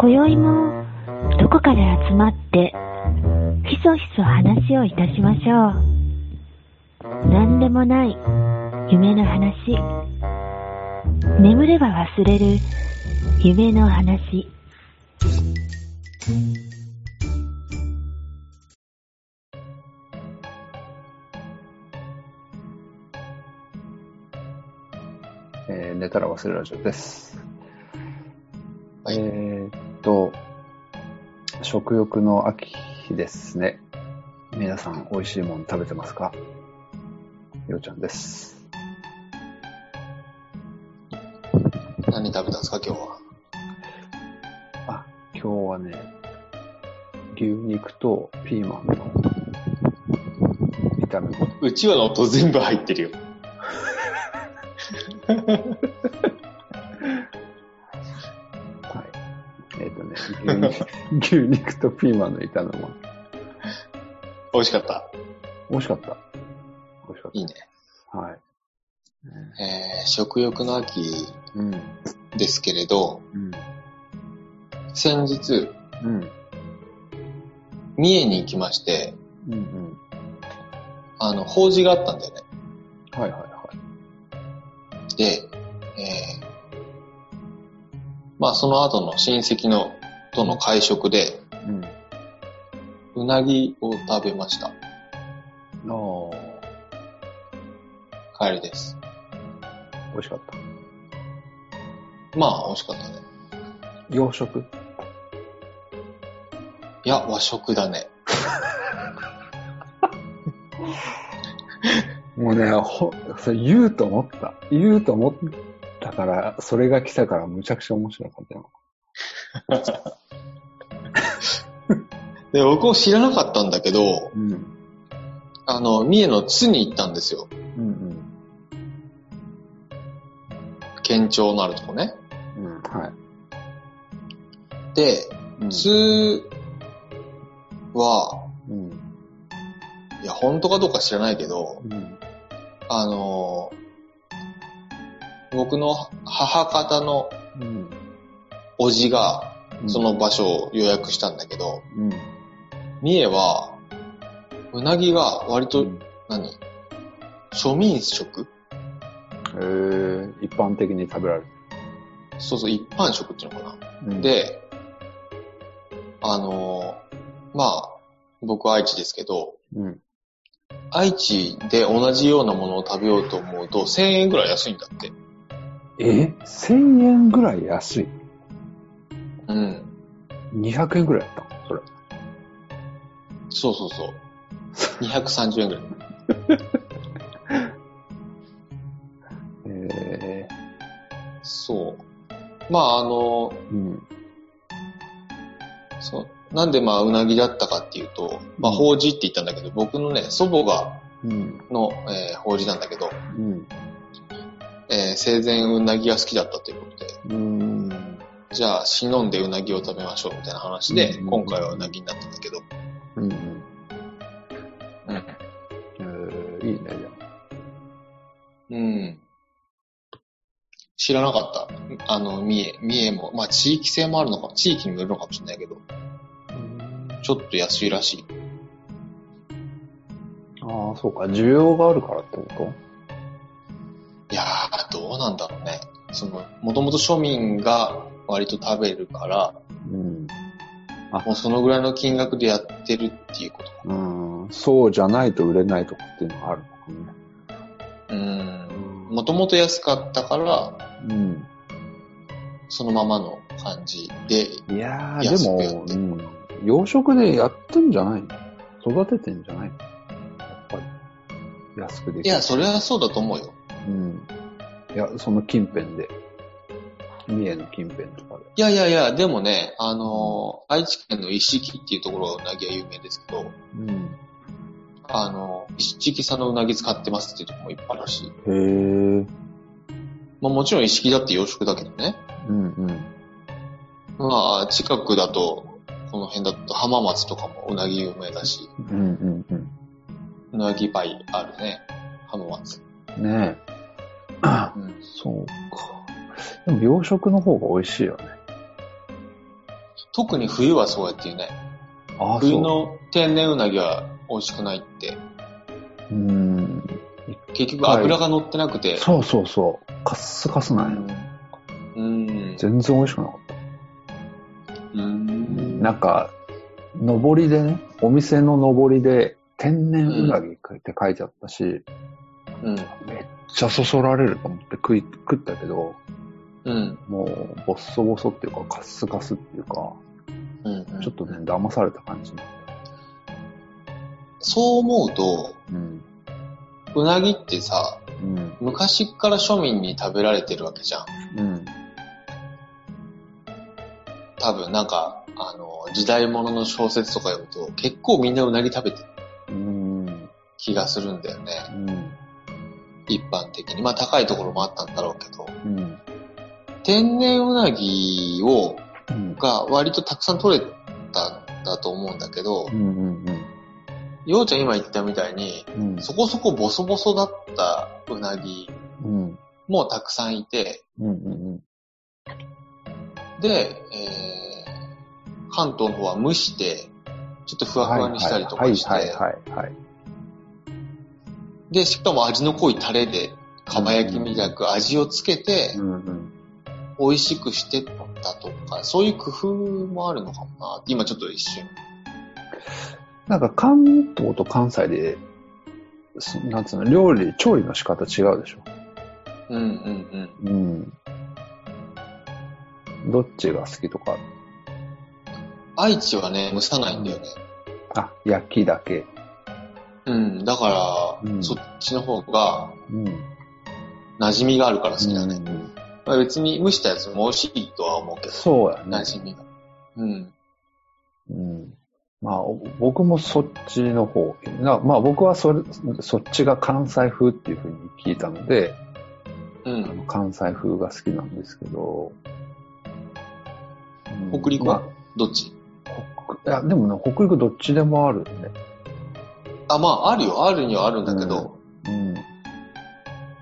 今宵もどこかで集まってひそひそ話をいたしましょう何でもない夢の話眠れば忘れる夢の話えー寝たら忘れるラジオです。はいえーっと、食欲の秋ですね。皆さん、美味しいもの食べてますかようちゃんです。何食べたんですか、今日は。あ、今日はね、牛肉とピーマンの炒め物。うちわの音全部入ってるよ。はい。えーっとね、 牛肉牛肉とピーマンの炒め物。美味しかった。美味しかった。美味しかっいいね。た。はい。えー、食欲の秋うん。ですけれど、うん。先日、うん。三重に行きまして、うん。うん。あの、法事があったんだよね。はいはいはで、えー、まあその後の親戚の、との会食で、い。うん。うなぎを食べました。ああ。帰りです。美味しかった。まあ、美味しかったね。洋食いや、和食だね。もうね、ほ、それ言うと思った。言うと思ったから、それが来たからむちゃくちゃ面白かったよ。で、僕も知らなかったんだけど、うん。あの、三重の津に行ったんですよ。うん県庁のあるとこね。うん。うん。はい。で、うん津は、うん。いや、本当かどうか知らないけど、うん。あのー僕の母方のうん。おじが、うんそ、の場所を予約したんだけど、うん。三重は、うなぎが割と、うん何庶民食えー、一般的に食べられる。そうそう、一般食っていうのかなうん、で、あのーまあ、僕は愛知ですけど、うん。愛知で同じようなものを食べようと思うと1000円ぐらい安いんだって。え ?1000 円ぐらい安い。うん。 200円ぐらいだったのそれ。そうそうそう。230円ぐらい。えそう。まあ、あの、ー、うん。そう。なんでまあ、うなぎだったかっていうと、まあ、法事って言ったんだけど、僕のね、祖母が、うん。の、えー法事なんだけど、うん。えー生前うなぎが好きだったということで、うん。じゃあ、忍んでうなぎを食べましょうみたいな話で、うん今回はうなぎになったんだけど、うん。うん。えー、いいね、じゃあうん。知らなかった。あの、三重、三重も、まあ地域性もあるのか、地域にもよるのかもしれないけど、ちょっと安いらしい。ああ、そうか。需要があるからってこといやー、どうなんだろうね。その、もともと庶民が割と食べるから、うん。もうそのぐらいの金額でやってるっていうことうか。んそうじゃないと売れないとかっていうのがあるのかね。うん。もともと安かったから、うん。そのままの感じで、いやー、安くでやも、ってうん、養殖でやってんじゃないの育ててんじゃないのやっぱり。安くできる。いや、それはそうだと思うよ。うん。いや、その近辺で。三重の近辺とかで。いやいやいや、でもね、あのー愛知県の一式っていうところがうなぎは有名ですけど、あの、一式さんのうなぎ使ってますっていうとこもいっぱいあるし。うん。へえ。まあもちろん一式だって洋食だけどね。うんうん。まあ近くだと、この辺だと浜松とかもうなぎ有名だし、うんうんうなぎパイあるね。浜松。うん。ねえ。うん。そうか。でも養殖の方が美味しいよね。特に冬はそうやって言うね。ああ、冬そう。の天然うなぎは美味しくないって。うーん。結局油が乗ってなくて。そうそうそう。カッスカスなんよ。うん。全然美味しくなかった。うん。なんか、上りでね、お店の上りで、天然うなぎって書いてあったし、めっうん。ちゃそそられると思って食い食ったけど、うん。もう、ボッソボソっていうか、カッスカスっていうか、うん。ちょっとね、騙された感じ。そう思うと、うん。うなぎってさ、うん。昔から庶民に食べられてるわけじゃん。うん。多分なんか、あの、時代物の小説とか読むと、結構みんなうなぎ食べてるうん。気がするんだよね。うん。一般的に。まあ高いところもあったんだろうけど。うん。天然うなぎを、うん。が割とたくさん取れたんだと思うんだけどう、ん。ようちゃん今言ったみたいに、うん。そこそこボソボソだったうなぎうん。もたくさんいて、うん。うん。で、えー、関東の方は蒸して、ちょっとふわふわにしたりとかして、はいはいはい。で、しかも味の濃いタレで、かば焼きみたく味をつけてう、んうん。美味しくしてったとか、そういう工夫もあるのかもなって、今ちょっと一瞬。なんか関東と関西で、そなんつうの、料理、調理の仕方違うでしょ。うんうんうん。どっちが好きとかあるうん。愛知はね、蒸さないんだよね。あ、焼きだけ。うん、だから、うんそっちの方がうん。馴染みがあるから好きだね。うんまあ、別に蒸したやつも美味しいとは思うけど、そうやね馴。染みが。うん。うん。まあ、お僕もそっちの方。なまあ、僕はそれ、そっちが関西風っていう風に聞いたので、うん。関西風が好きなんですけど。うん北陸まはあどっちいや、でもね、北陸どっちでもあるよね。あ、まあ、あるよ。あるにはあるんだけど、うん。で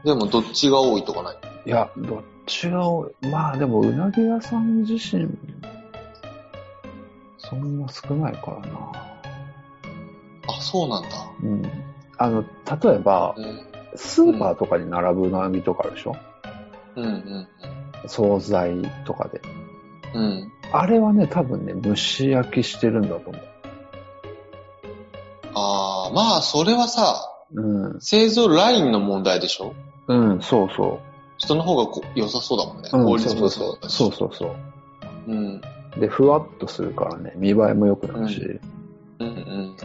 もどっちが多いとかない。いや、どっちが多い、まあでも、うなぎ屋さん自身、そんな少ないからな。あ、そうなんだ。うん。あの、例えばう、ん。スーパーとかに並ぶうなぎとかあるでしょうんうん惣菜とかで。うん。うん。あれはね、多分ね、蒸し焼きしてるんだと思ああ、まあ、それはさ、う。製造ラインの問題でしょうん。うん、そうそ人の方がこ良さそうだもんね。う。うん、効そう率そもうそそうう。だし。そうそうそううん。う。で、ふわっとするからね、見栄えも良くなるし。うんうんうん。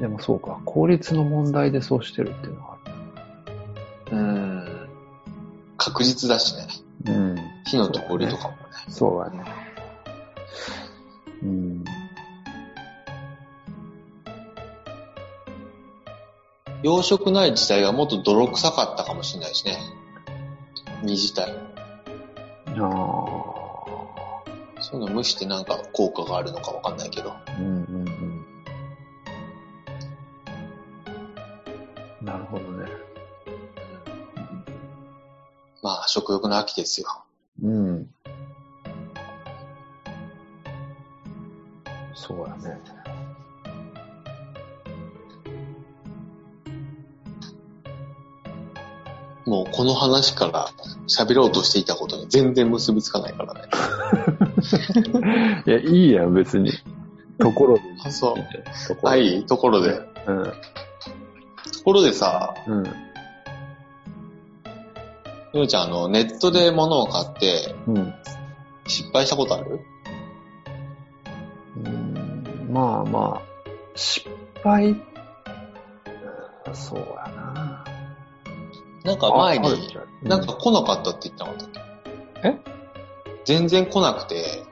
でもそうか、効率の問題でそうしてるっていうのはあうん。確実だしね。る。うん。火の通りとかもね。そうだね。うん。養殖ない自体がもっと泥臭かったかもしれないしね。身自体。あそういうの蒸してなんか効果があるのかわかんないけど。あ。うんうんうん。なるほどね。まあ、食欲の秋ですよ。うん。そうだね。もうこの話から喋ろうとしていたことに全然結びつかないからね。 いや、いいやん、別に。ところで。あいそいんう。だよところはで。い、ところで。ところでさ、うん。うん。ゆうちゃん、あの、ネットで物を買ってうん。失敗したことあるうんまあまあ、失敗、そうやな。なんか前ああるにじゃ、んなんか来なかったって言ってなかったっけえ全然来なくて、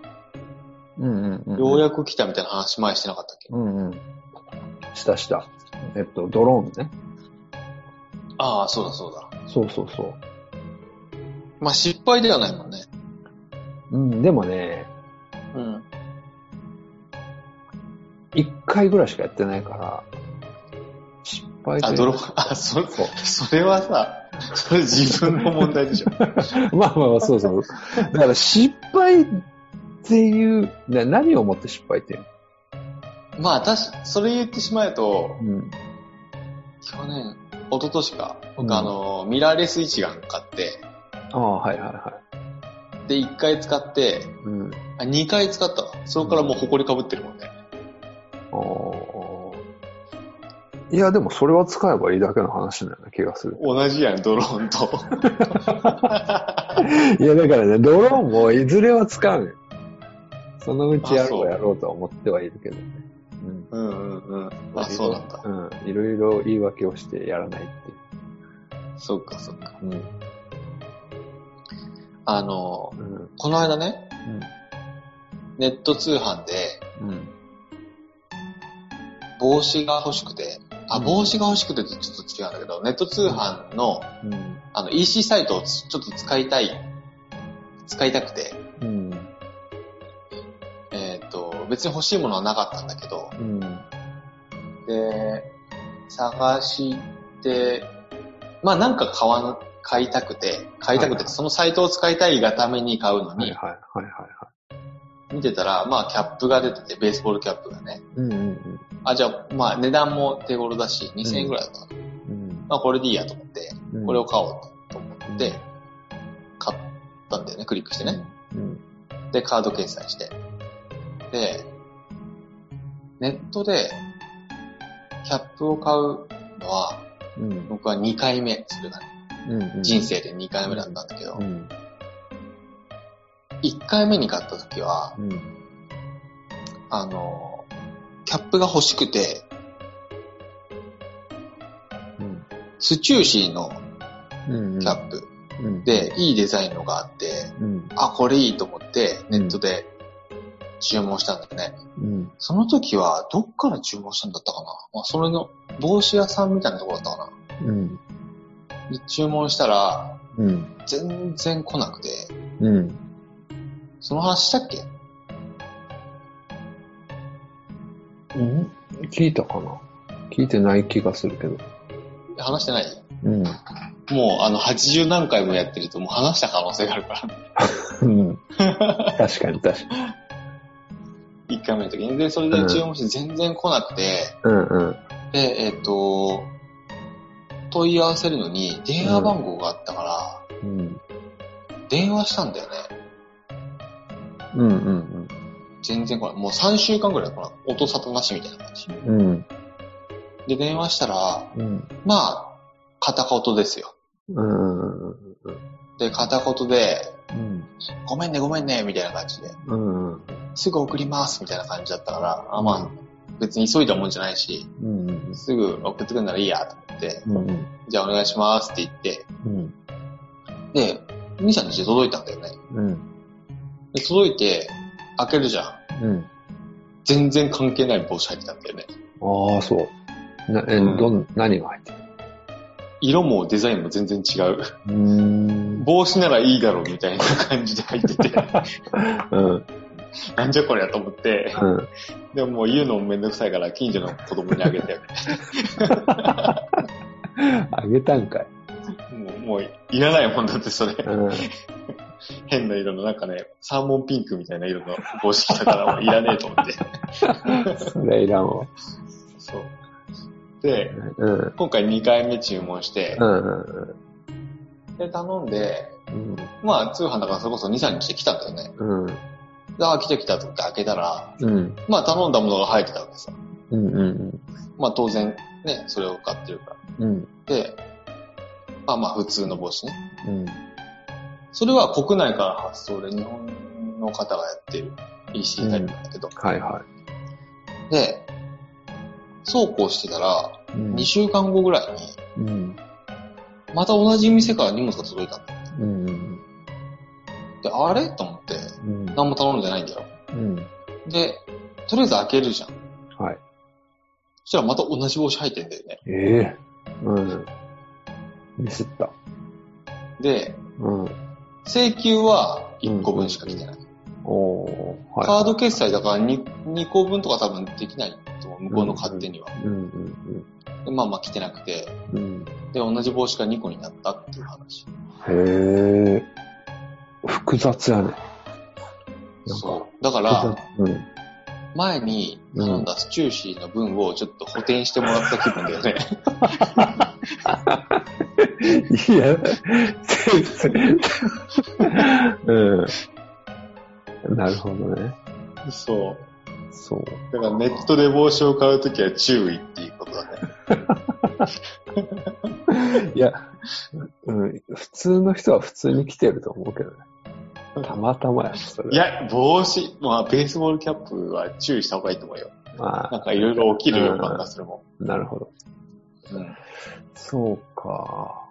うんうんうん。ようやく来たみたいな話前してなかったっけうんうん。したした。えっと、ドローンね。ああ、そうだそうだ。そうそうそまあ失敗ではないもんね。う。うん、でもね、うん。一回ぐらいしかやってないから、失敗あ、という泥、 あ、それ、そうそれはさ、それ 自分の問題でしょ。まあまあまあ、そうそう。だから失敗っていう、な何をもって失敗点まあ、確か、それ言ってしまえと、うん。去年、一昨年か、うん僕あの、ミラーレス一眼買って、ああ、はいはいはで、1回使って、い。うん。あ、2回使ったわ。そこからもう埃かぶってるもんね。ああ。いや、でもそれは使えばいいだけの話なような気がする。同じやん、ドローン と。いや、だからね、ドローンもいずれは使うね。そのうちやあろそううやろうとは思ってはいるけどね。うん。うんうんうん。まあ、そうなんだ。うん。いろいろ言い訳をしてやらないっていそうか、そうか。う。あの、うん。うん。この間ね、ネット通販でうん。うん。帽子が欲しくて、あ、帽子が欲しくてってちょっと違うんだけど、ネット通販のうん。あの EC サイトをつちょっと使いたい、使いたくて、うん。えっ、と、別に欲しいものはなかったんだけど、うん。で、探して、まあなんか買わな、買いたくて、買いたくはいて、そのサイトを使いたいがために買うのはいはいに、はいは見てたら、まあキャップが出てて、ベースボールキャップがね。い。うんうんあ、じゃあ、まあ値段も手頃だし、2000円ぐらいだったの。うん。まあこれでいいやと思って、うん。これを買おうと思って、買ったんだよね、クリックしてね。うん。で、カード決済して。で、ネットで、キャップを買うのは、うん。うん。僕は2回目、それがね、うん。人生で2回目だったんだけどう、ん。 1回目に買った時は、うん。あの、キャップが欲しくて、うん。スチューシーのうん。キャップうん。で、いいデザインのがあって、うん。あ、これいいと思って、ネットで注文したんだよね。うん。その時は、どっから注文したんだったかなまあ、それの、帽子屋さんみたいなところだったかうなん。で、注文したら、うん。全然来なくて、うん。その話したっけうん。聞いたかな聞いてない気がするけど。話してないうん。もう、あの、80何回もやってると、もう話した可能性があるから。 うん。確かに確かに。 1回目の時に。で、それで注文して全然来なくて、うんうん。で、えっ、と、問い合わせるのに、電話番号があったかうん。ら、電話したんだよね。うんうん全然来ない。もう3週間ぐらい来ない。音沙汰なしみたいな感じ。うん。うん。で、電話したら、うん。まあ、片言ですよ。うん。で、片言で、うん。ごめんね、ごめんね、みたいな感じで。うん。うん。すぐ送りますみたいな感じだったから、あまあ、別に急いだもんじゃないし、うん。すぐ送ってくるならいいやと思って、うん。じゃあお願いしますって言って、うん。で、兄さんの家届いたんだよね。うん。で、届いて、開けるじゃん。うん。全然関係ない帽子入ってたんだよね。ああ、そう。な、え、うんどん、何が入ってる色もデザインも全然違う。うーん。帽子ならいいだろうみたいな感じで入って て、うん。なんじゃこりゃと思って、うん。でももう言うのもめんどくさいから近所の子供にあげて、あげたんかい。もう、もういらないもんだってそれ。うん。変な色の、なんかね、サーモンピンクみたいな色の帽子着たから、もういらねえと思って。それいらんわ。そう。で、うん。うん今回2回目注文してう、ん。で、頼んで、うん。まあ、通販だからそれこそ2、3日来たんだよね。うん。でああ、来た来たと思って開けたら、うん。まあ、頼んだものが入ってたわけさ。うん。うん。まあ、当然、ね、それを買ってるかうら。ん。で、まあまあ、普通の帽子ね。うん。それは国内から発送で日本の方がやってる EC タイプなんだけど。はいはで、そうこうしてたら、い。うん2週間後ぐらいに、うん。また同じ店から荷物が届いたんだよ。うん。うん。で、あれと思って、うん。何も頼んでないんだよ。うん。で、とりあえず開けるじゃん。はい。そしたらまた同じ帽子入ってんだよね。ええうん。ミスった。で、うん。請求は1個分しか来てない。おー。はい。カード決済だから 2, 2個分とか多分できないと思う、向こうの勝手には。うんうんでまあまあ来てなくて、うん。うん。で、同じ帽子が2個になったっていう話。へえ。複雑やね。なんかそう。だから、うん。前に頼んだスチューシーの分をちょっと補填してもらった気分だよね。いや、全然。うん。なるほどね。そう。そう。だからネットで帽子を買うときは注意っていうことだね。いや、うん、普通の人は普通に来てると思うけどね。たまたまや、それ。い、や、帽子、まあ、ベースボールキャップは注意した方がいいと思うよ。まなあ、んかいろいろ起きる予感がするもなるほど。ん。うん。そうか。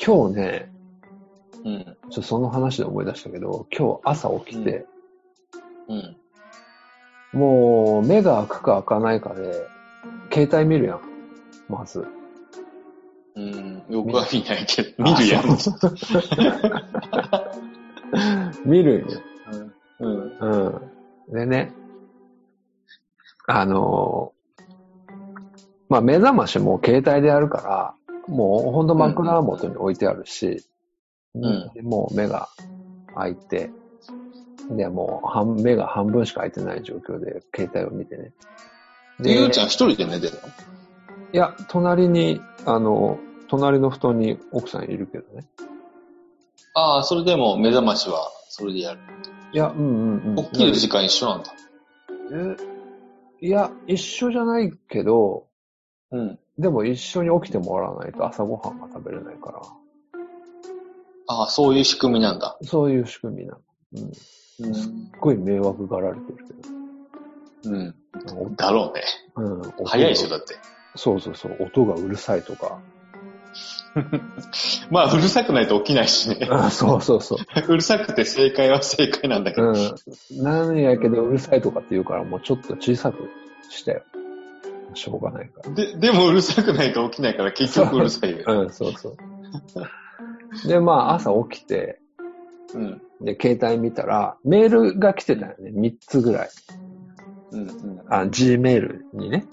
今日ね、うん。ちょっとその話で思い出したけど、今日朝起きて、うん。もう目が開くか開かないかで、携帯見るやん。まず。うん。僕は見ないけど、見るやん。あ。そう 見るんよ。うん。うん。でね、あのーまあ、目覚ましも携帯であるから、もうほんと枕元に置いてあるし、んでもう目が開いて、で、もう半目が半分しか開いてない状況で携帯を見てね。でゆうちゃん一人で寝てたいや、隣に、あの、隣の布団に奥さんいるけどね。ああ、それでも目覚ましはそれでやる。いや、うんうんうん。起きる時間一緒なんだ。えいや、一緒じゃないけど、うん。でも一緒に起きてもらわないと朝ごはんが食べれないから、ああ、そういう仕組みなんだ。そういう仕組みなの。うん。すうん。っごい迷惑がられてるうん。けど。だろうね。うん、音が早いでしょ、だって。そうそうそう、音がうるさいとか。まあ、うるさくないと起きないしね。あそうそうそう。うるさくて正解は正解なんだけど。うん。なんやけどうるさいとかって言うから、もうちょっと小さくしたよ。しょうがないから。で、でもうるさくないと起きないから結局うるさいよ。うん、そうそう。で、まあ、朝起きて、うん。で、携帯見たら、メールが来てたよね。3つぐらい。うん。うんあ、G メールにね。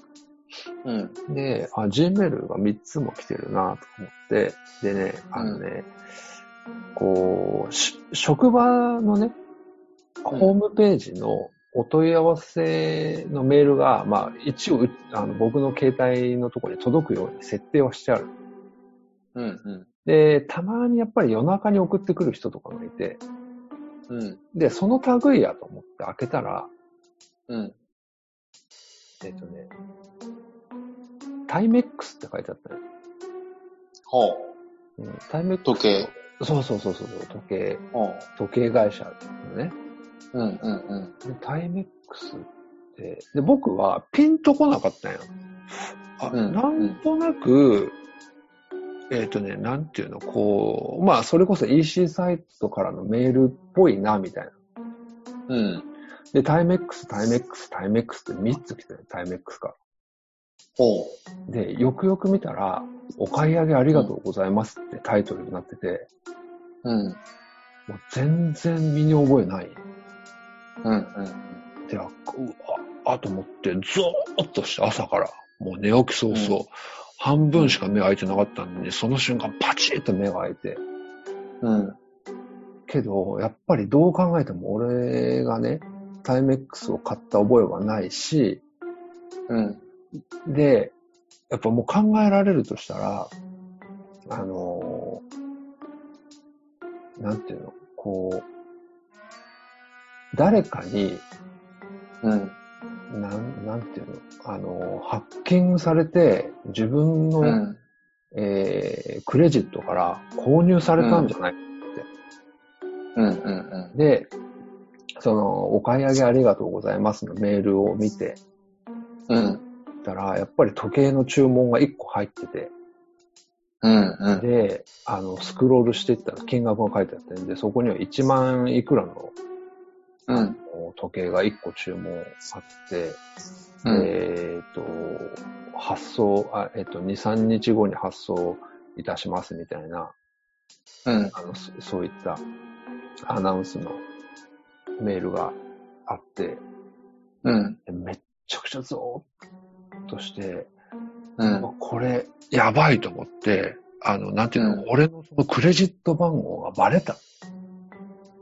うん。で、あ、G メールが3つも来てるなと思って、でね、あのね、こう、し職場のね、ホームページのお問い合わせのメールが、まあ、一応、うあの僕の携帯のところに届くように設定はしてある。うん。うん。で、たまにやっぱり夜中に送ってくる人とかがいて、うん。で、その類やと思って開けたら、うん。えっとね、タイメックスって書いてあったね。ほう。うん、タイメックス。時計。そうそうそうそう、時計、ほう。時計会社のね。うん。うん。うん。でタイメックスって、で、僕はピンとこなかったんや。あ、うんなんとなく、えっ、とね、なんていうの、こう、まあ、それこそ EC サイトからのメールっぽいな、みたいな。うん。で、タイメックス、タイメックス、タイメックスって3つ来てる、タイメックスかほう。ら。で、よくよく見たら、お買い上げありがとうございますってタイトルになってて、うん。もう全然身に覚えない。うん。うん。で、あ、うわ、あと思って、ゾーッとして朝から、もう寝起き早々、う半分しか目開いてなかったのに、その瞬間パチッと目が開いて、うん。けど、やっぱりどう考えても俺がね、タイメックスを買った覚えはないし、うん。で、やっぱもう考えられるとしたら、あのーなんていうの、こう、誰かに、うん。なん、なんていうの、あの、ハッキングされて、自分の、うん。えー、クレジットから購入されたんじゃない、うん。うん。で、その、お買い上げありがとうございますのメールを見てうん。たら、やっぱり時計の注文が1個入ってて、うん。うん。で、あの、スクロールしていったら金額が書いてあってんで、そこには1万いくらのうん。時計が1個注文あって、うん。えっ、と、発送、あえっ、と、2、3日後に発送いたしますみたいな、うん。あの、そそういったアナウンスのメールがあって、うん。めっちゃくちゃゾーッとして、うん。これ、やばいと思って、あの、なんていうの、うん俺のそのクレジット番号がバレたっ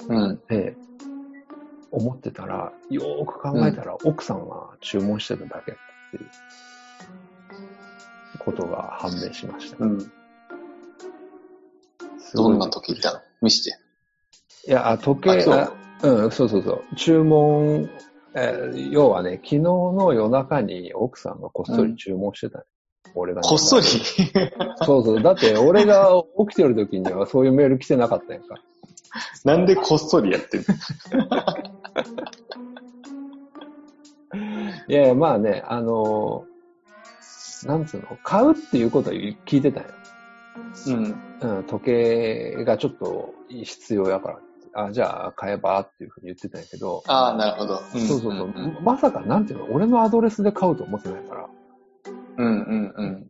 うん。て思ってたら、よーく考えたら、奥さんが注文してただけっていうことが判明しました。うん。すごどいんな時いたの見して。いや、あ時計あそうあうん、そうそうそう。注文、えー要はね、昨日の夜中に奥さんがこっそり注文してた、ね俺がね、こっそりそうそう。だって、俺が起きてる時にはそういうメール来てなかったやんか。なんでこっそりやってるいやいや、まあね、あのーなんつうの、買うっていうことは聞いてたんよ。うん。うん、時計がちょっと必要やから。あ、じゃあ買えばっていうふうに言ってたんやけど、ああ、なるほど。んそうそうそう、うんまさかなんていうの、俺のアドレスで買うと思ってないから。うんうんうん。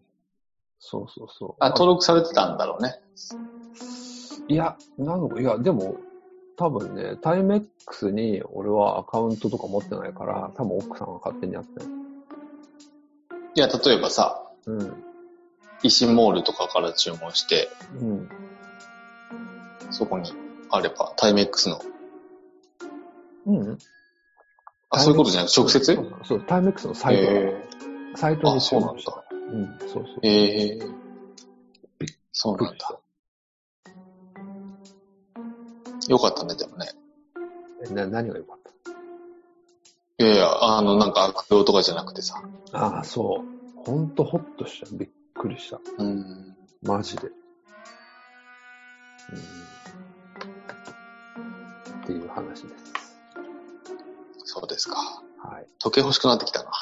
そうそうそう。あ、登録されてたんだろうね。いや、なんか、いや、でも、多分ね、タイメックスに俺はアカウントとか持ってないから、多分奥さんが勝手にやってる。いや、例えばさ、うん。イシンモールとかから注文して、うん。そこにあれば、タイメックスの。うん。あ、そういうことじゃない直接そうそう、タイメックスのサイトだからえサイー、トあ、にそうなんしただ。うん、そうそう。ええー。そうなんだ。よかったね、でもね。えな何が良かっいやいや、あの、なんか悪用とかじゃなくてさ。たああ、そう。ほんとホッとした。びっくりした。うん。マジで。うん。っていう話です。そうですか。はい。時計欲しくなってきたな。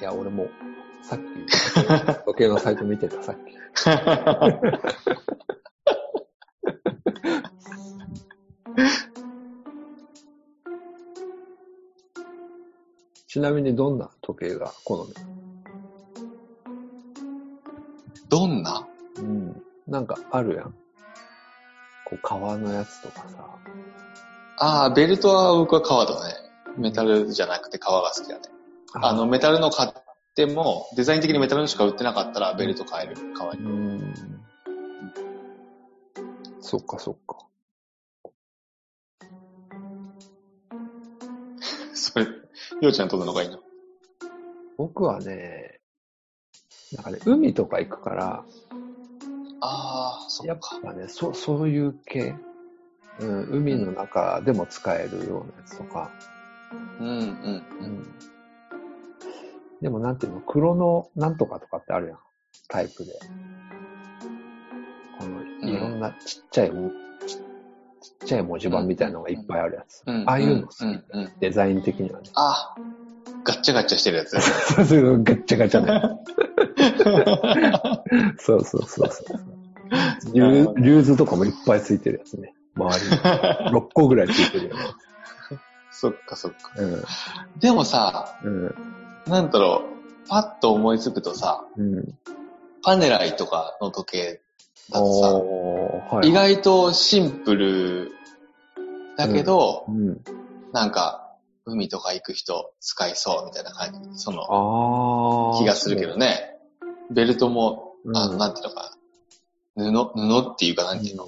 いや、俺もう、さっき、時計のサイト見 てた、さっき。ちなみにどんな時計が好みどんなうん。なんかあるやん。こう、革のやつとかさ。ああ、ベルトは僕は革だね。メタルじゃなくて革が好きだね。あの、、メタルの買っても、デザイン的にメタルのしか売ってなかったら、ベルト変える。代わうりに。ん。そっかそっか。 それ、ようちゃんとどのがいいの僕はね、なんかね、海とか行くから、ああ、そやっっか。ぱね、そそういう系、うん、海の中でも使えるようなやつとか、うんうん。うん。でもなんていうの、黒のなんとかとかってあるやん、タイプで。この、いろんなちっちゃい、ちちっちゃい文字盤みたいなのがいっぱいあるやつ。うんああいうの好きうんうん。デザイン的にはね。 ああ、ガッチャガッチャしてるやつ。そうそう、ガッチャガチャね。そうそうそうそう。リューリューズとかもいっぱいついてるやつね。周りに。6個 ぐらいついてるよね。 そっかそっか。うん。でもさ、うん。なんだろう、パッと思いつくとさ、うん。パネライとかの時計だとおー、さ、はい。意外とシンプルだけど、うん。なんか、海とか行く人使いそうみたいな感じ、そのああ。気がするけどね。ベルトも、あうの、んなんていうのかな、布、布っていうかなんていうの、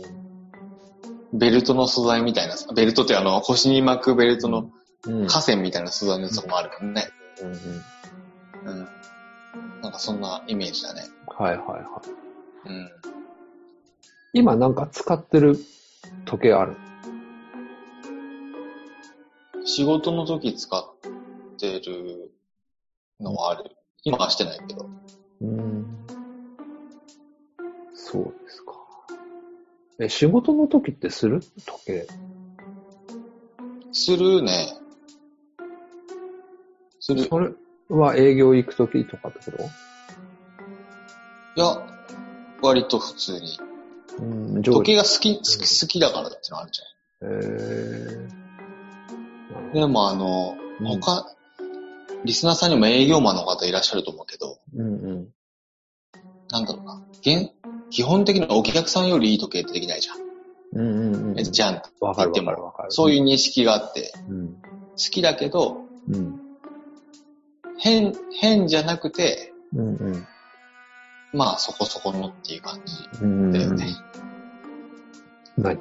ベルトの素材みたいな、ベルトってあの、腰に巻くベルトのうん。うん。河川みたいな素材のやつとかもあるけどね。うんうんうん。なんかそんなイメージだね。はいはいはい。うん。今なんか使ってる時計ある仕事の時使ってるのはある。今はしてないけど。うん。そうですか。え、仕事の時ってする時計。するね。する。いそれは営業行く時とかってことや、割と普通に。うん、上時計下。が好き、好き好きだからってのあるじえーゃん。でもあの、うん他、リスナーさんにも営業マンの方いらっしゃると思うけど、うんうん。なんだろうな。現基本的にはお客さんよりいい時計ってできないじゃうん。んうんうえん。じゃんってわか言るってわかるも、わかる。そうう。いう認識があって、うん。好きだけど、うん。変、変じゃなくて、うんうん。まあ、そこそこのっていう感じうんだよね。何ん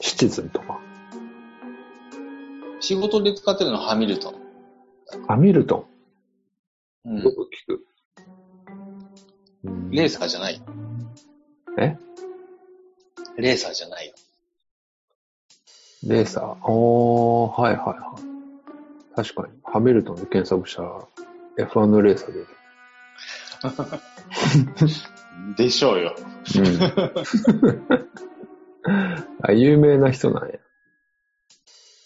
シチズンとか。仕事で使ってるのはハミルトン。あ、ミルトうン。んよく聞く。うんレーサーじゃない。えレーサーじゃないよ。レーサー。おー、はいはいはい。確かに。ハミルトンで検索したら F1 レーサー出でしょうよ。てくる。うん。 あ、有名な人なんや。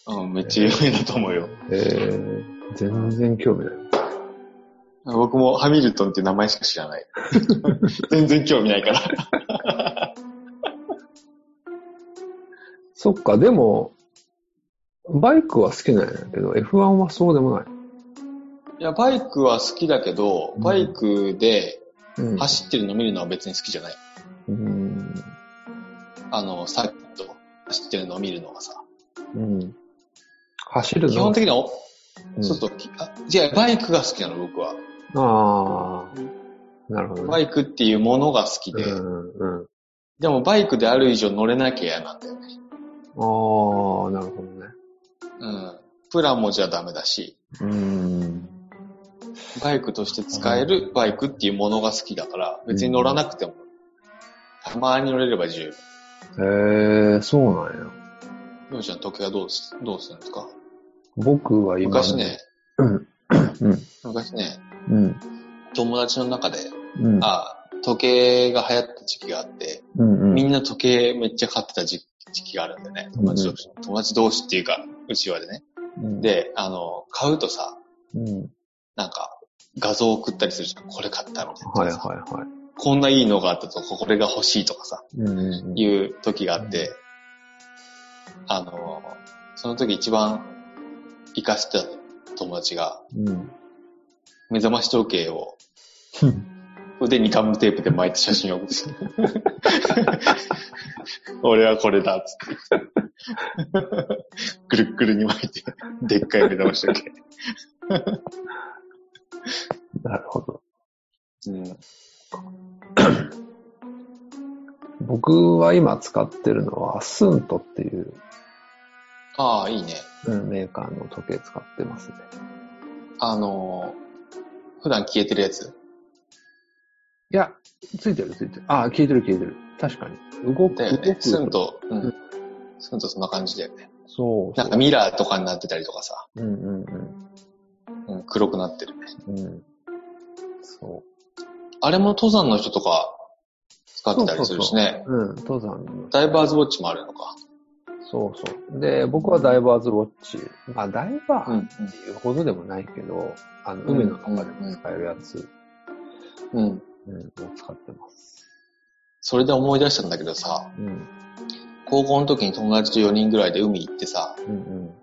うん、めっちゃ有名だと思うよ。えー、全然興味ない。僕もハミルトンっていう名前しか知ら ない。全然興味ないから。そっか、でも、バイクは好きなんやけど、F1 はそうでもない。いや、バイクは好きだけど、バイクでうん走ってるの見るのは別に好きじゃない。うん。あの、サーキット走ってるのを見るのがさ。うん。走るの基本的にはお、うんそうそう、きあじゃあバイクが好きなの、僕は。ああ。なるほどね。バイクっていうものが好きで、うんうん。でもバイクである以上乗れなきゃ嫌なんだよね。ああ、なるほどね。うん。プラモじゃダメだし、うん。バイクとして使えるバイクっていうものが好きだから、別に乗らなくても、たまに乗れれば十分。へえ、そうなんや。ようちゃん、時計はどうす、どうするんですか僕は今、昔ね、うん。うん。昔ね、うん。友達の中で、うん。あ時計が流行った時期があって、うんみうんな時計めっちゃ買ってた時時期があるんだよね。友達同士、友達同士っていうか、うちわでね。ん。、で、あの、買うとさ、うん。なんか、画像送ったりするじゃん。これ買ったみたいな。はいはいはこんないいのがあったとか、これが欲しいとかさ、い。うんうんうん。いう時があって、あの、その時一番活かしてた友達が、うん。目覚まし時計を腕にガムテープで巻いて写真を送ってきた俺はこれだ、つって。ぐるっぐるに巻いて、でっかい目玉したっけ。 なるほど。うん。僕は今使ってるのは、アスントっていう、ああ、いいね。うん、メーカーの時計使ってますね。あのー普段消えてるやつ。いや、ついてるついてる。ああ、消えてる消えてる。確かに。動く。だよ動ね。くスン。と、う。うんスンとそんな感じだよね。そう。なんかミラーとかになってたりとかさ、うんうんうんうん、黒くなってるね。。うん。そあれも登山の人とか使ってたりするしね。う。うん、登山の。ダイバーズウォッチもあるのか。そうそう。で、僕はダイバーズウォッチ。まあ、ダイバうーっん。ていうほどでもないけど、あの、うん海の中でも使えるやつ、うん。うん、を使ってます。それで思い出したんだけどさ、うん、高校の時に友達と4人ぐらいで海行ってさ、うん、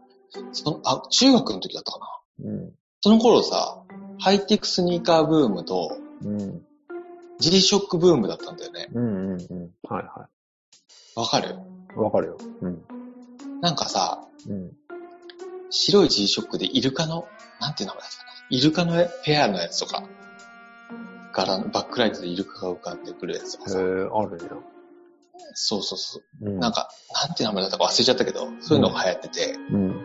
その、あ、中学の時だったかな。うん、その頃さ、ハイテクスニーカーブームとうん、うん、 G-SHOCK ブームだったんだよね。うん、うん、うん。はいはわかるい。わかるよ。うん、なんかさ、うん。白い G-SHOCK でイルカの、なんていう名前だったかな。イルカのペアのやつとか、柄のバックライトでイルカが浮かんでくるやつとへかえ、さ、あるんや。そうそうそうう。ん、なんか、なんていう名前だったか忘れちゃったけど、そういうのが流行ってて、うん、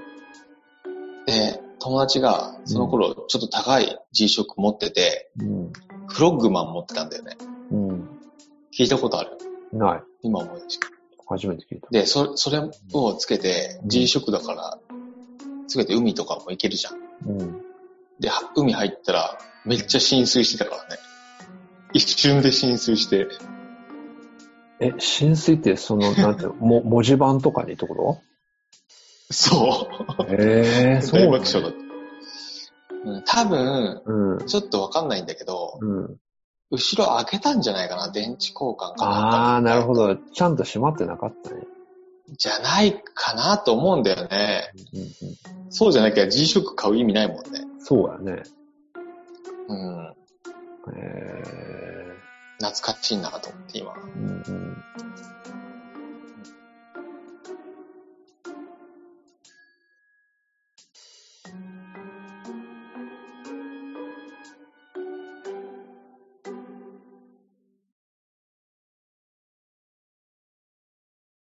で、友達がその頃ちょっと高い G-SHOCK 持ってて、うん、フロッグマン持ってたんだよね。うん。聞いたことある。ない。今思い出した。初めて聞いた。で、そ、それをつけてう、ん G 色だから、つけて海とかも行けるじゃん。うん。で、は海入ったら、めっちゃ浸水してたからね。一瞬で浸水して、え、浸水ってその、なんていうの、も文字盤とかにってこそう。とへえ、そう大なん爆や笑だった。うん多分、うん。ちょっとわかんないんだけど、うん。後ろ開けたんじゃないかな電池交換かあなあ、なるほど。ちゃんと閉まってなかったね。じゃないかなと思うんだよね。うんうそうじゃなきゃ G 色買う意味ないもんね。ん、そうやね。うん。え懐かしいなと思って今。ーうんうん、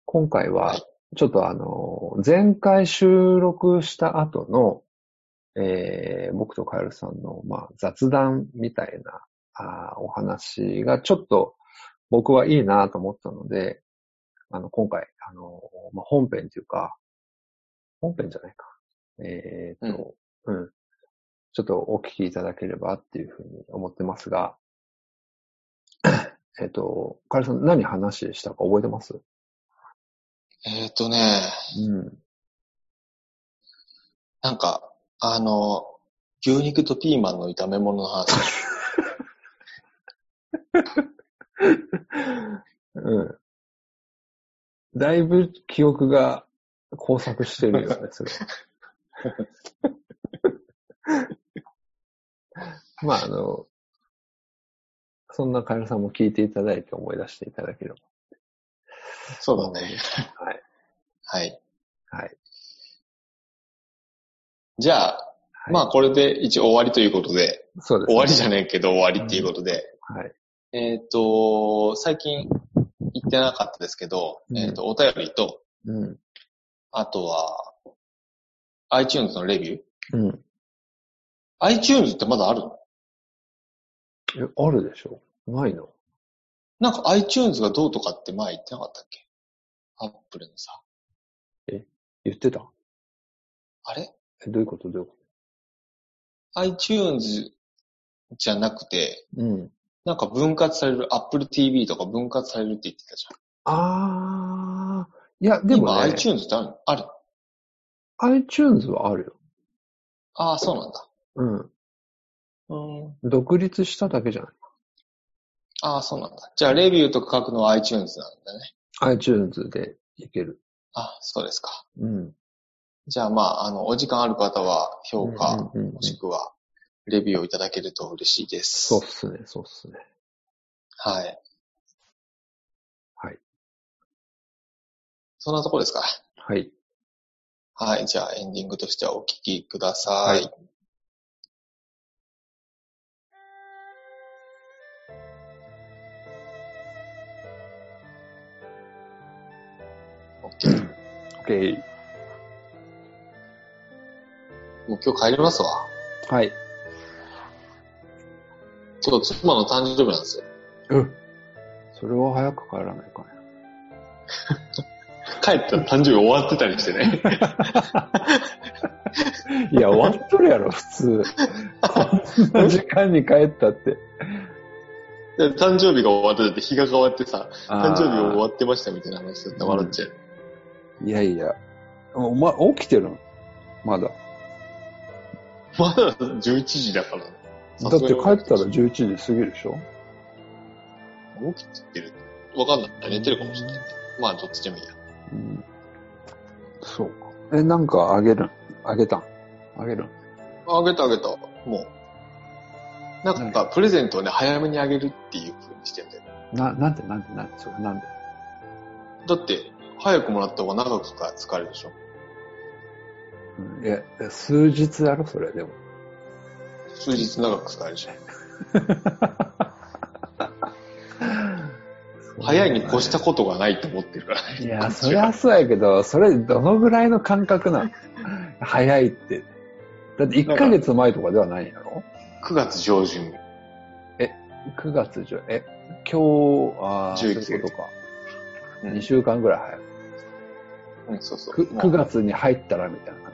今回は、ちょっとあの、前回収録した後の、えー、僕とカエルさんの、まあ、雑談みたいなあーお話がちょっと僕はいいなと思ったので、あの、今回、あの、まあ、本編というか、本編じゃないか。えー、っと、うん、ちょっとお聞きいただければっていうふうに思ってますが、えーっと、カエルさん何話したか覚えてますえっ、とね、うん。なんか、あの、牛肉とピーマンの炒め物の話。うん。だいぶ記憶が交錯してるよね、それ。 まあ、あの、そんなカエルさんも聞いていただいて思い出していただければ。 そうだね。はい。はい。はい。じゃあ、はいまあこれで一応終わりということで、そうです、終わりじゃねないけど終わりっていうことで、はい。えっ、と、最近行ってなかったですけど、うんえっ、と、お便りと、うん。あとは、iTunes のレビュー。うん。 iTunes ってまだあるえ、あるでしょないのなんか iTunes がどうとかって前言ってなかったっけアップルのさ。言ってたあれえ、どういうことどういうこ ?iTunes じゃなくて、とうん。なんか分割される、Apple TV とか分割されるって言ってたじあー。いや、ゃん。でも今ね、 iTunes ってあるある iTunes はあるよ。ああ、そうなんだ。うん。うん。独立しただけじゃないああ、そうなんだ。じゃあ、レビューとか書くのは iTunes なんだね。 iTunes でいける。あそうですか。うん。じゃあ、まあ、あの、お時間ある方は、評価、うんうんうんもしくは、レビューをいただけると嬉しいです。そうっすね、そうっすね。はい。はい。そんなとこですか。はい。はい。じゃあ、エンディングとしてはお聞きください。はオッケー。 OK。もう今日帰りますわ。はい。今日妻の誕生日なんですよ。うん。それは早く帰らないかね。帰ったら誕生日終わってたりしてね。 いや、終わっとるやろ、普通。こんな時間に帰ったって。で誕生日が終わってて、日が変わってさ、誕生日終わっってましたみたいな話だったら笑っちゃう。いやいや。お前、起きてるのまだ。まだ11時だから。だって帰ったら起11時過ぎるでしょきてる。わかんない。寝てるかもしれないね。まあ、どっちでもいいや。うん。そうか。え、なんかあげるんあげたんあげるんあげたあげた。もう。なんか、プレゼントをね、早めにあげるっていう風にしてんだよ。な、なんでなんでなんでそれなんでだって、早くもらった方が長くか使えるでしょ。うんいや、数日やろ、それ、でも。数日長く使えるじゃん。早いに越したことがないと思ってるからね。いや、そりゃそうやけど、それどのぐらいの感覚なの 早いって。だって1ヶ月前とかではないんやろ9月上旬。 ?9 月中、え、今日、ああ、そう11いうことか。うん2週間ぐらい早い。うん、そうそう。く 9, まあ月に入ったらみたいな感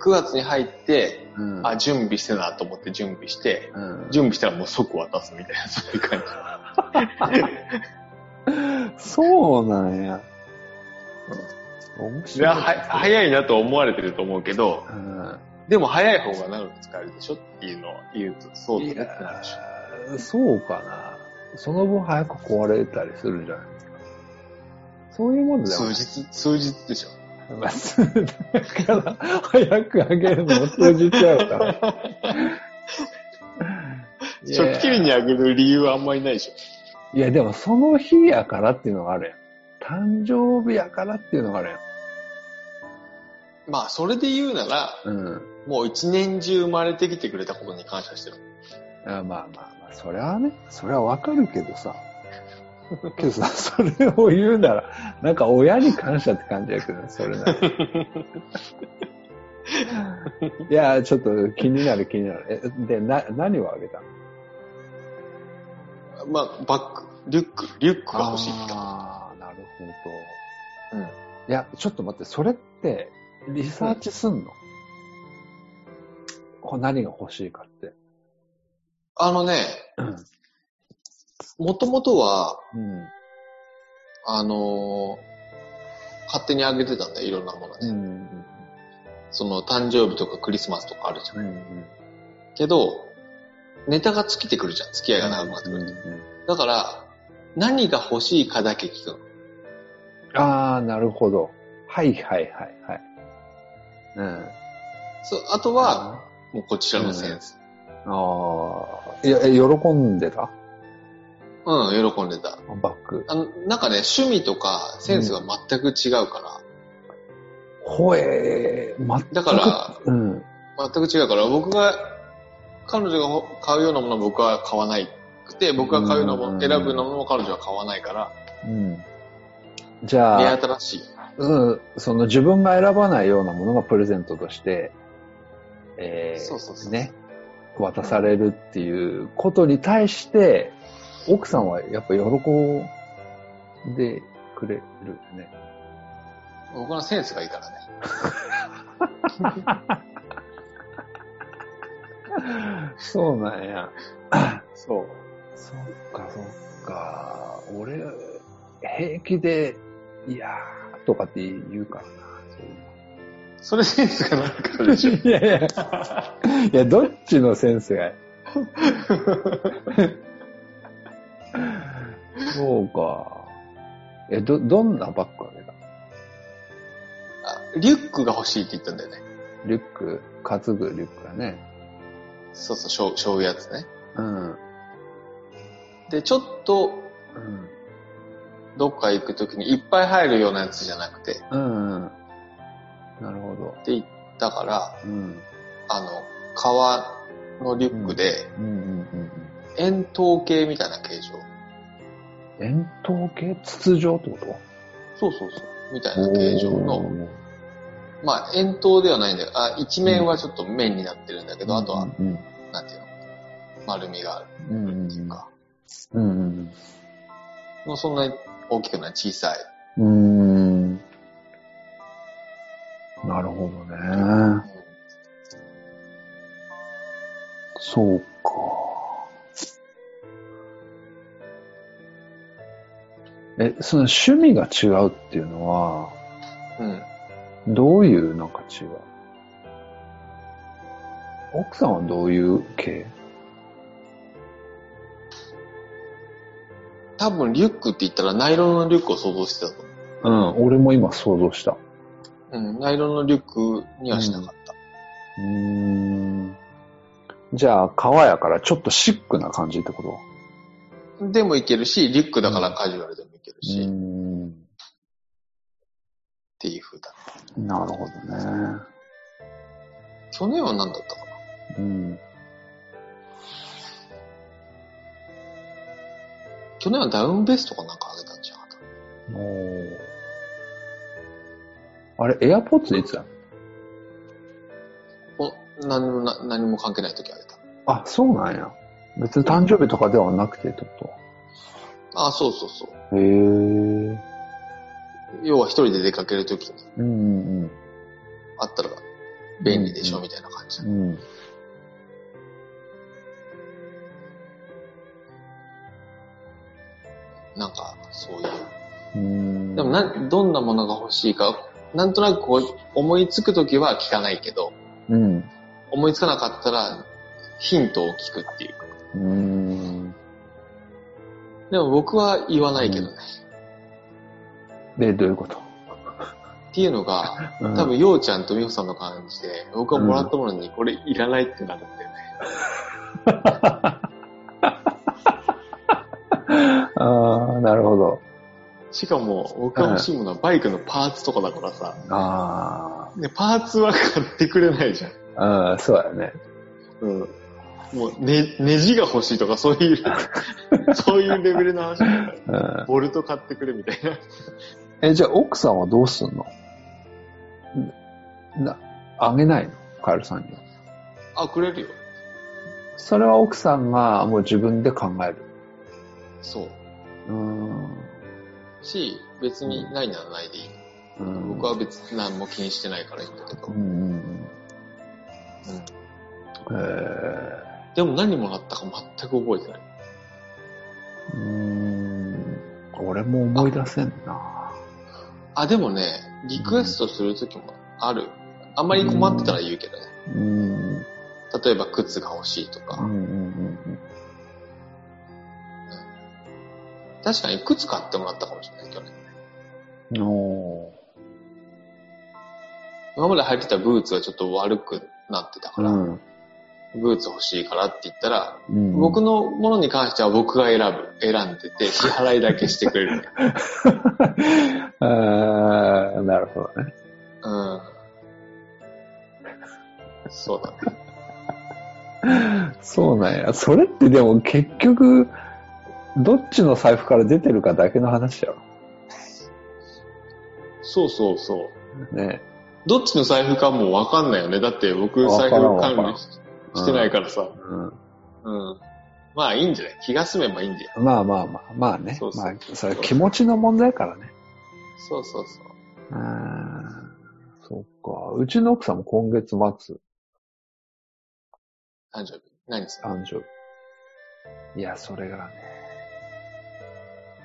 じ。 9月に入って、うん。あ、準備してなと思って準備して、うん、準備したらもう即渡すみたいな、そういう感そうなんや。面じ。いや白い。は早いなと思われてると思うけど、うんでも早い方が長く使えるでしょっていうのを言うと、そうだいねってなるやでしょ。ーそうかな。その分早く壊れたりするんじゃないそういうもんだよ数。日、数日でしょ。まあすだから、早くあげるのも通じちゃうから。 いや直近にあげる理由はあんまりないでしょ。いや、でもその日やからっていうのがあるやん。誕生日やからっていうのがあるやん。まあ、それで言うなら、うん。もう一年中生まれてきてくれたことに感謝してる。あまあまあまあ、それはね、それはわかるけどさ。けどさ、 それを言うなら、なんか親に感謝って感じやけどね、それな ら。いや、ちょっと気になる気になる。え、で、な、何をあげたのまあ、バック、リュック、リュックが欲しいって感ああ、なるほじ。うん。ど。いや、ちょっと待って、それって、リサーチすんの、こう何が欲しいかって。あのね、もともとは、うん。あのー勝手にあげてたんだよ、いろんなものうね。ん。その、誕生日とかクリスマスとかあるじゃ。うんん。けど、ネタが尽きてくるじゃん、付き合いが長くなってくると。だから、何が欲しいかだけ聞くああ、なるほど。はいはいはいはい。うん。そう、あとは、もうこちらのセンス。ああ、いや、え喜んでたうん、喜んでた。バッグ。あの、なんかね、趣味とかセンスが全く違うかほえー、ま、ら。だ かうん。ら、全く違うから、僕が、彼女が買うようなものは僕は買わないくて、僕が買うようなもうんの、選ぶようなものも彼女は買わないから、うん。じ目ゃあ、新しい。うん、その自分が選ばないようなものがプレゼントとして、えー、そうそうそうね、渡されるっていうことに対して、奥さんはやっぱ喜んでくれるね。僕のセンスがいいからね。そうなんや。そう。そっか、そっか。俺、平気で、いやーとかって言うからな。それセンスがないからでしそうょい。ういやいや、いや、どっちのセンスが。そうか。え、ど、どんなバッグあげたあリュックが欲しいって言ったんだよね。リュック、担ぐリュックだね。そうそう、しょう、しょうゆやつね。うん。うん。で、ちょっと、どっか行くときにいっぱい入るようなやつじゃなくて、うん。なるほど。って言ったから、うん。あの、革のリュックで、うんうんうん円筒形みたいな形状。うん。円筒形筒状ってことそうそうそう。みたいな形状の、おーまあ、円筒ではないんだよ。あ、一面はちょっと面になってるんだけど、あとは、うんうんなんていうの丸みがあるうんうんっていうか。うんもうそんなに大きくない小さい。うんうーんなるほどね。そうか。え、その趣味が違うっていうのは、うん。どういうなんか違う奥さんはどういう系多分リュックって言ったらナイロンのリュックを想像してたと思うん、俺も今想像した。う。うん。ナイロンのリュックにはしなかった。うーん。じゃあ、革やからちょっとシックな感じってことでもいけるし、リュックだからカジュアルでもいけるし、うーっん。ていう風だね。なるほどね。去年は何だったかなうん。去年はダウンベストかなんかあげたんじゃなかっおーあれ、エアポッツいつだたお何もな何も関係ない時あげた。あ、そうなんや。別に誕生日とかではなくてってこあ、そうそうそう。と。へえ。うん要は一人で出かける時にうんうん。あったら便利でしょうんみたいな感じ。うん。なんか、そうういう。んでもな、どんなものが欲しいか、なんとなくこう思いつく時は聞かないけど、うん。思いつかなかったらヒントを聞くっていうか。うん。でも僕は言わないけどね。で、どういうことっていうのが、 うん多分、ようちゃんとみほさんの感じで、僕がもらったものに、これいらないってなるんだよね。ああ、なるほど。しかも、僕が欲しいものはバイクのパーツとかだからさ、あね、パーツは買ってくれないじゃん。あ、うん、そうやね。うん。もう、ね、ネジが欲しいとか、そういう、そういうレベルの話だからうんボルト買ってくれみたいな。え、じゃあ奥さんはどうすんのんな、あげないのカエルさんには。あ、くれるよ。それは奥さんがもう自分で考える。そう。うーん。し、別にないならないでいい。うん僕は別に何も気にしてないからいいんだけど。ううんんうんうん。えーでも何もらったか全く覚えてない。うーん俺も思い出せんな。あ、でもね、リクエストするときもある。あんまり困ってたら言うけどね。うん。例えば靴が欲しいとか。うんうん確かに靴買ってもらったかもしれない、去年。うん。お今まで履いてたブーツがちょっと悪くなってたかーら、うんブーツ欲しいからって言ったら、うん。僕のものに関しては僕が選ぶ、選んでて、支払いだけしてくれる。 あーなるほどね。うん。そうだね。そうなんや。それってでも結局、どっちの財布から出てるかだけの話やろ。そうそうそう。ね。どっちの財布かもうわかんないよね。だって僕わから財ん布わから管ん理ししてないからさ。うん。うん。まあいいんじゃない気が済めばいいんだよ。まあまあまあ、まあね。そうそうまあ、それ気持ちの問題からね。そうそうそう。うん。そっか。うちの奥さんも今月末、誕生日。何する誕生日。いや、それがね、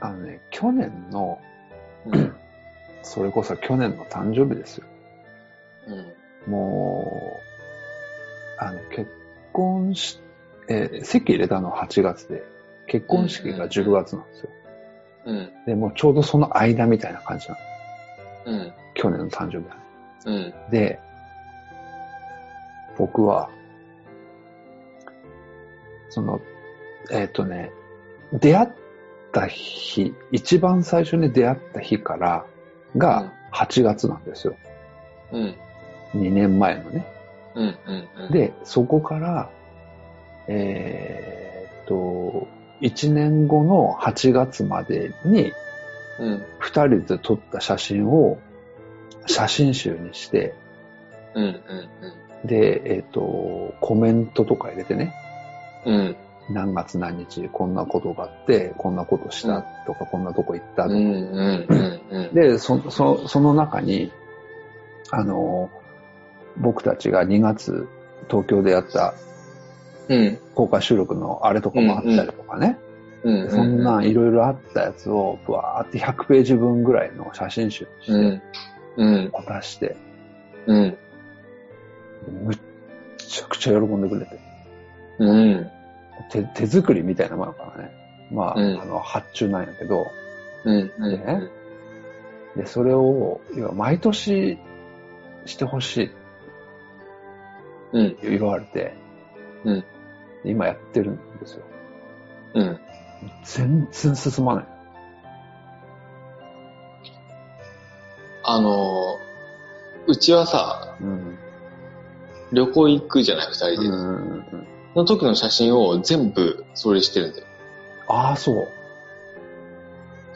あのね、去年の、うん。それこそ去年の誕生日ですよ。うん。もう、あの、結婚し、えー籍入れたの8月で、結婚式が10月なんですよ。うん。で、もうちょうどその間みたいな感じなの。うん。去年の誕生日なんうん。で。で、僕は、その、えっ、とね、出会った日、一番最初に出会った日からが8月なんですよ。うん。 2年前のね。うん。うん。うん、で、そこから、えーっと、1年後の8月までにうん。 2人で撮った写真を写真集にして、うん。で、えーっと、コメントとか入れてね、うん。うん。何月何日こんなことがあって、こんなことしたとか、こんなとこ行ったとうん。か、うん。うん。で、そ、そ、その中に、あの、僕たちが2月東京でやったうん。公開収録のあれとかもあったりとかね、うん。そんなんいろいろあったやつを、ぶわーって100ページ分ぐらいの写真集にうして、ん。うん。渡して、うん。むっちゃくちゃ喜んでくれて、うん。手手作りみたいなものだからね。まあ、うんあの、発注なんやけど、うん。うん。ねで、それを、要は毎年してほしいってうん。言われて、うん今やってるんですよ。うん。全然進まない。あのー、うちはさ、うん。旅行行くじゃない、二う人んで。うんうんの時の写真を全部それしてるんだよ。ああ、そう。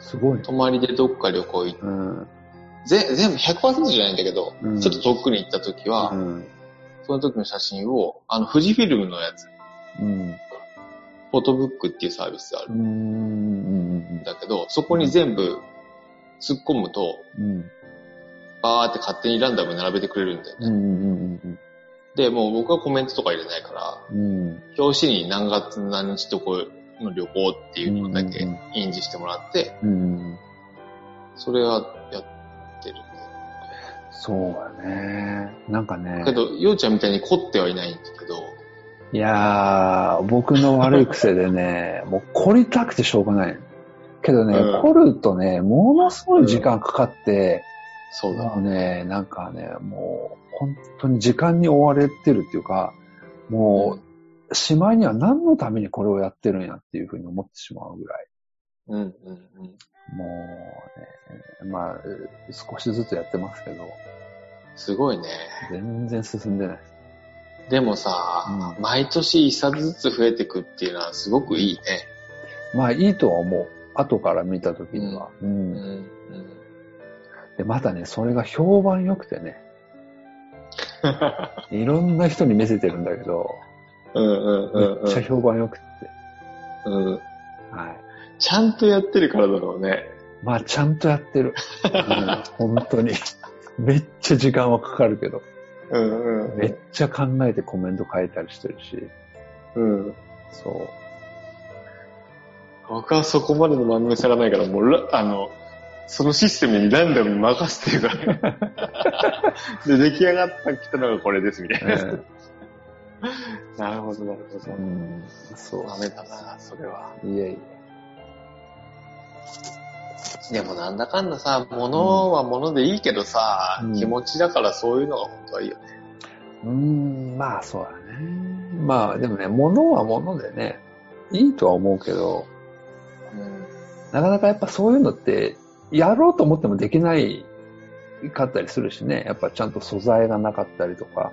すごいね。泊まりでどっか旅行行って、うん。ぜ全部100%じゃないんだけど、うんちょっと遠くに行った時は、うん。その時の写真を、あの、富士フィルムのやつ、うん。フォトブックっていうサービスあうるーんんだけど、そこに全部突っ込むと、うんバーって勝手にランダムに並べてくれるんだよね。うんうんで、もう僕はコメントとか入れないから、うんうん表紙に何月何日とこの旅行っていうのだけうん印字してもらって、うんそれはやってるんだよ。そうだね。なんかねけ、ど、ようちゃんみたいに凝ってはいないんだけど、いやー、僕の悪い癖で ね、もう凝りたくてしょうがない。けどね、うん凝るとね、ものすごい時間かかって、そうだ。もうね、なんかね、もう本当に時間に追われてるっていうか、もう、しまいには何のためにこれをやってるんやっていうふうに思ってしまうぐらい。うん、うん、うん。もう、ね、まあ、少しずつやってますけど、すごいね。全然進んでない。でもさ、毎年一冊ずつ増えてくっていうのはすごくいいね。まあいいとは思う。後から見た時には。ううん。んで、またね、それが評判良くて ね、いろんな人に見せてるんだけど、うんうんうめっんちゃ評判良くて。うん。うんはい。ちゃんとやってるからだろうね。まあ、ちゃんとやってる。うん、本当に。めっちゃ時間はかかるけど、うんうんめっちゃ考えてコメント書いたりしてるし、うん。うん。そう。 僕はそこまでの番組さらないから、もうら、あの、そのシステムにランダムに任せてるからね。 で、出来上がったきたのがこれです、みたいな。えなるほど、なるほえうど。ん、そう。ダメだな、それは。いえいえ。でもなんだかんださ、物は物でいいけどさ、うん気持ちだからそういうのが本当はいいよね。うーん、まあそうだね。まあでもね、物は物でね、いいとは思うけど、なかなかやっぱそういうのって、やろうと思ってもできないかったりするしね、やっぱちゃんと素材がなかったりとか、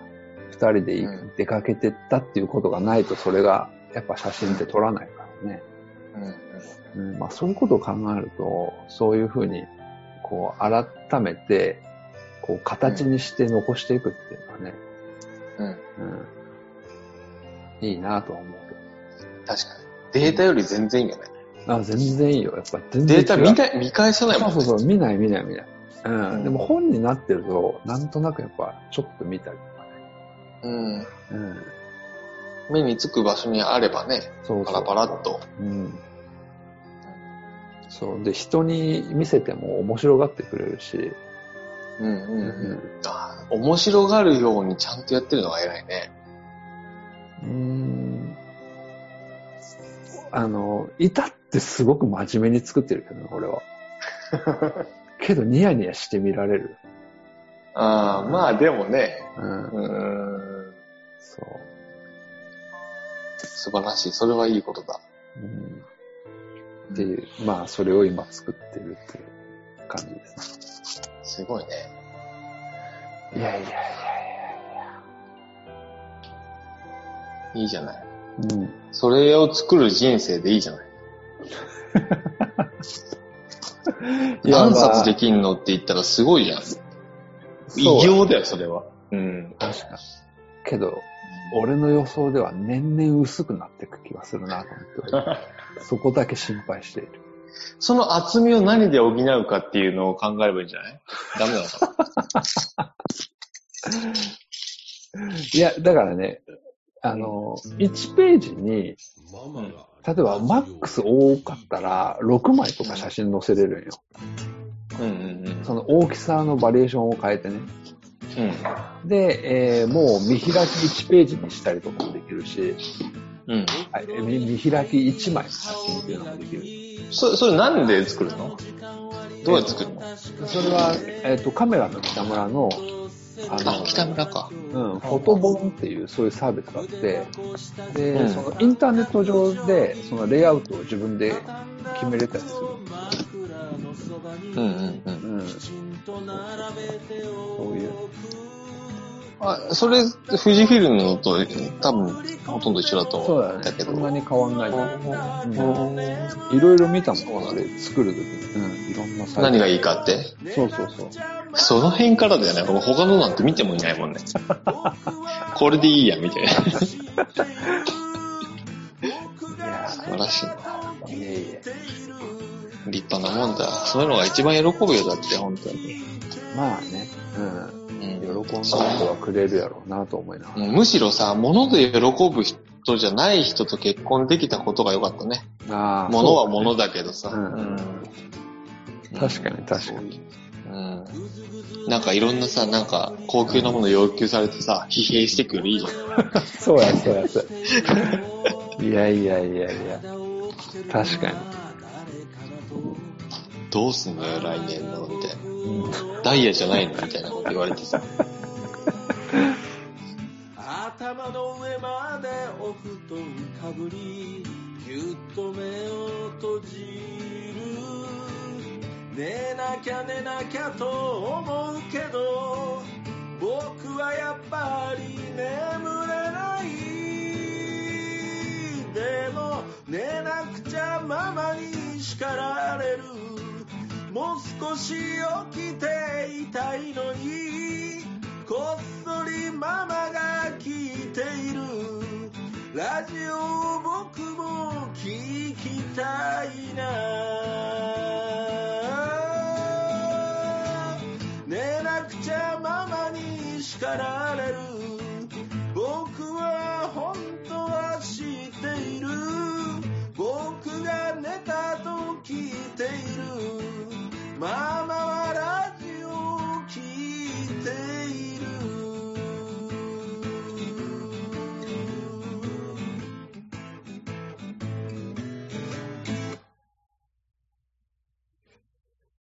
二人でいうん出かけてったっていうことがないと、それがやっぱ写真って撮らないからね。うん。うん。うん、まあそういうことを考えると、そういうふうに、こう改めて、こう形にして残していくっていうのはね、うん。うん、いいなとは思うけど。確かに。データより全然いいよね。あ、全然いいよ。やっぱ全然違うデータ見た見返さないもんね。そうそうそう、見ない見ない見ない。うん。うんでも本になってると、なんとなくやっぱちょっと見たりうん。とかね。うん。目につく場所にあればね、そうそう。パラパラっと。うん。そう。で、人に見せても面白がってくれるし、うんううんうん。あー面白がるようにちゃんとやってるのが偉いね。うん。あの、いたってすごく真面目に作ってるけどね、 俺は。けど、ニヤニヤして見られる。ああ、まあでもね、うん。うーん、そう。素晴らしい。それはいいことだ。うんっていう、まあ、それを今作ってるっていう感じですすごいね。ね。いやいやいいいじゃない。や。うん。それを作る人生でいいじゃない。何冊できんのって言ったらすごいじゃん。そう異業だよ、それは。うん。確かに。けど、俺の予想では年々薄くなっていく気がするなと思っており、そこだけ心配している。その厚みを何で補うかっていうのを考えればいいんじゃないダメなのかいや、だからね、あの、1ページに、例えばマックス多かったら6枚とか写真載せれるんよ。なうんうんうん。その大きさのバリエーションを変えてね。で、えーもう見開き1ページにしたりとかもできるし、うん。うん。はい、見見開き1枚の写真っていうのもできる。そそれなんで作るのどうやって作るのそれは、えっとカメラの北村のああ、北村か。うん、フォトボンっていうそういうサービスがあってで、うんそのインターネット上でそのレイアウトを自分で決めれたりすうんうんる、ううん。ん、そういうあ、それ、富士フィルムのと多分、ほとんど一緒だとそう思だうんねだけど。そんなに変わんないうんいろいろ見たもんあれ作る時に、うん、いろんなサイ何トがいいかってそうそうそうその辺からだよね。もう他のなんて見てもいないもんね。これでいいや、みたいな。素いや晴らしいな。ーいえいえ立派なもんだ。そういうのが一番喜ぶよ、だって、本当に。まあね、ううん、ん喜んだ人はくれるやろうなと思いながらもうむしろさ、物で喜ぶ人じゃない人と結婚できたことが良かったね。あー物は物だけどさ。うんうん確かに確かに。うん。なんかいろんなさ、なんか高級なもの要求されてさ、疲弊してくるいいじゃん。そうや、そうや、そうや。いやいやいやいや。確かどうすんのよ、来年の、みたいに。な。ダイヤじゃないのみたいなこと言われてさ。頭の上までお布団かぶりぎゅっと目を閉じる寝なきゃ寝なきゃと思うけど僕はやっぱり眠れないママに叱られるもう少し起きていたいのにこっそりママが聞いているラジオを僕も聞きたいな寝なくちゃママに叱られる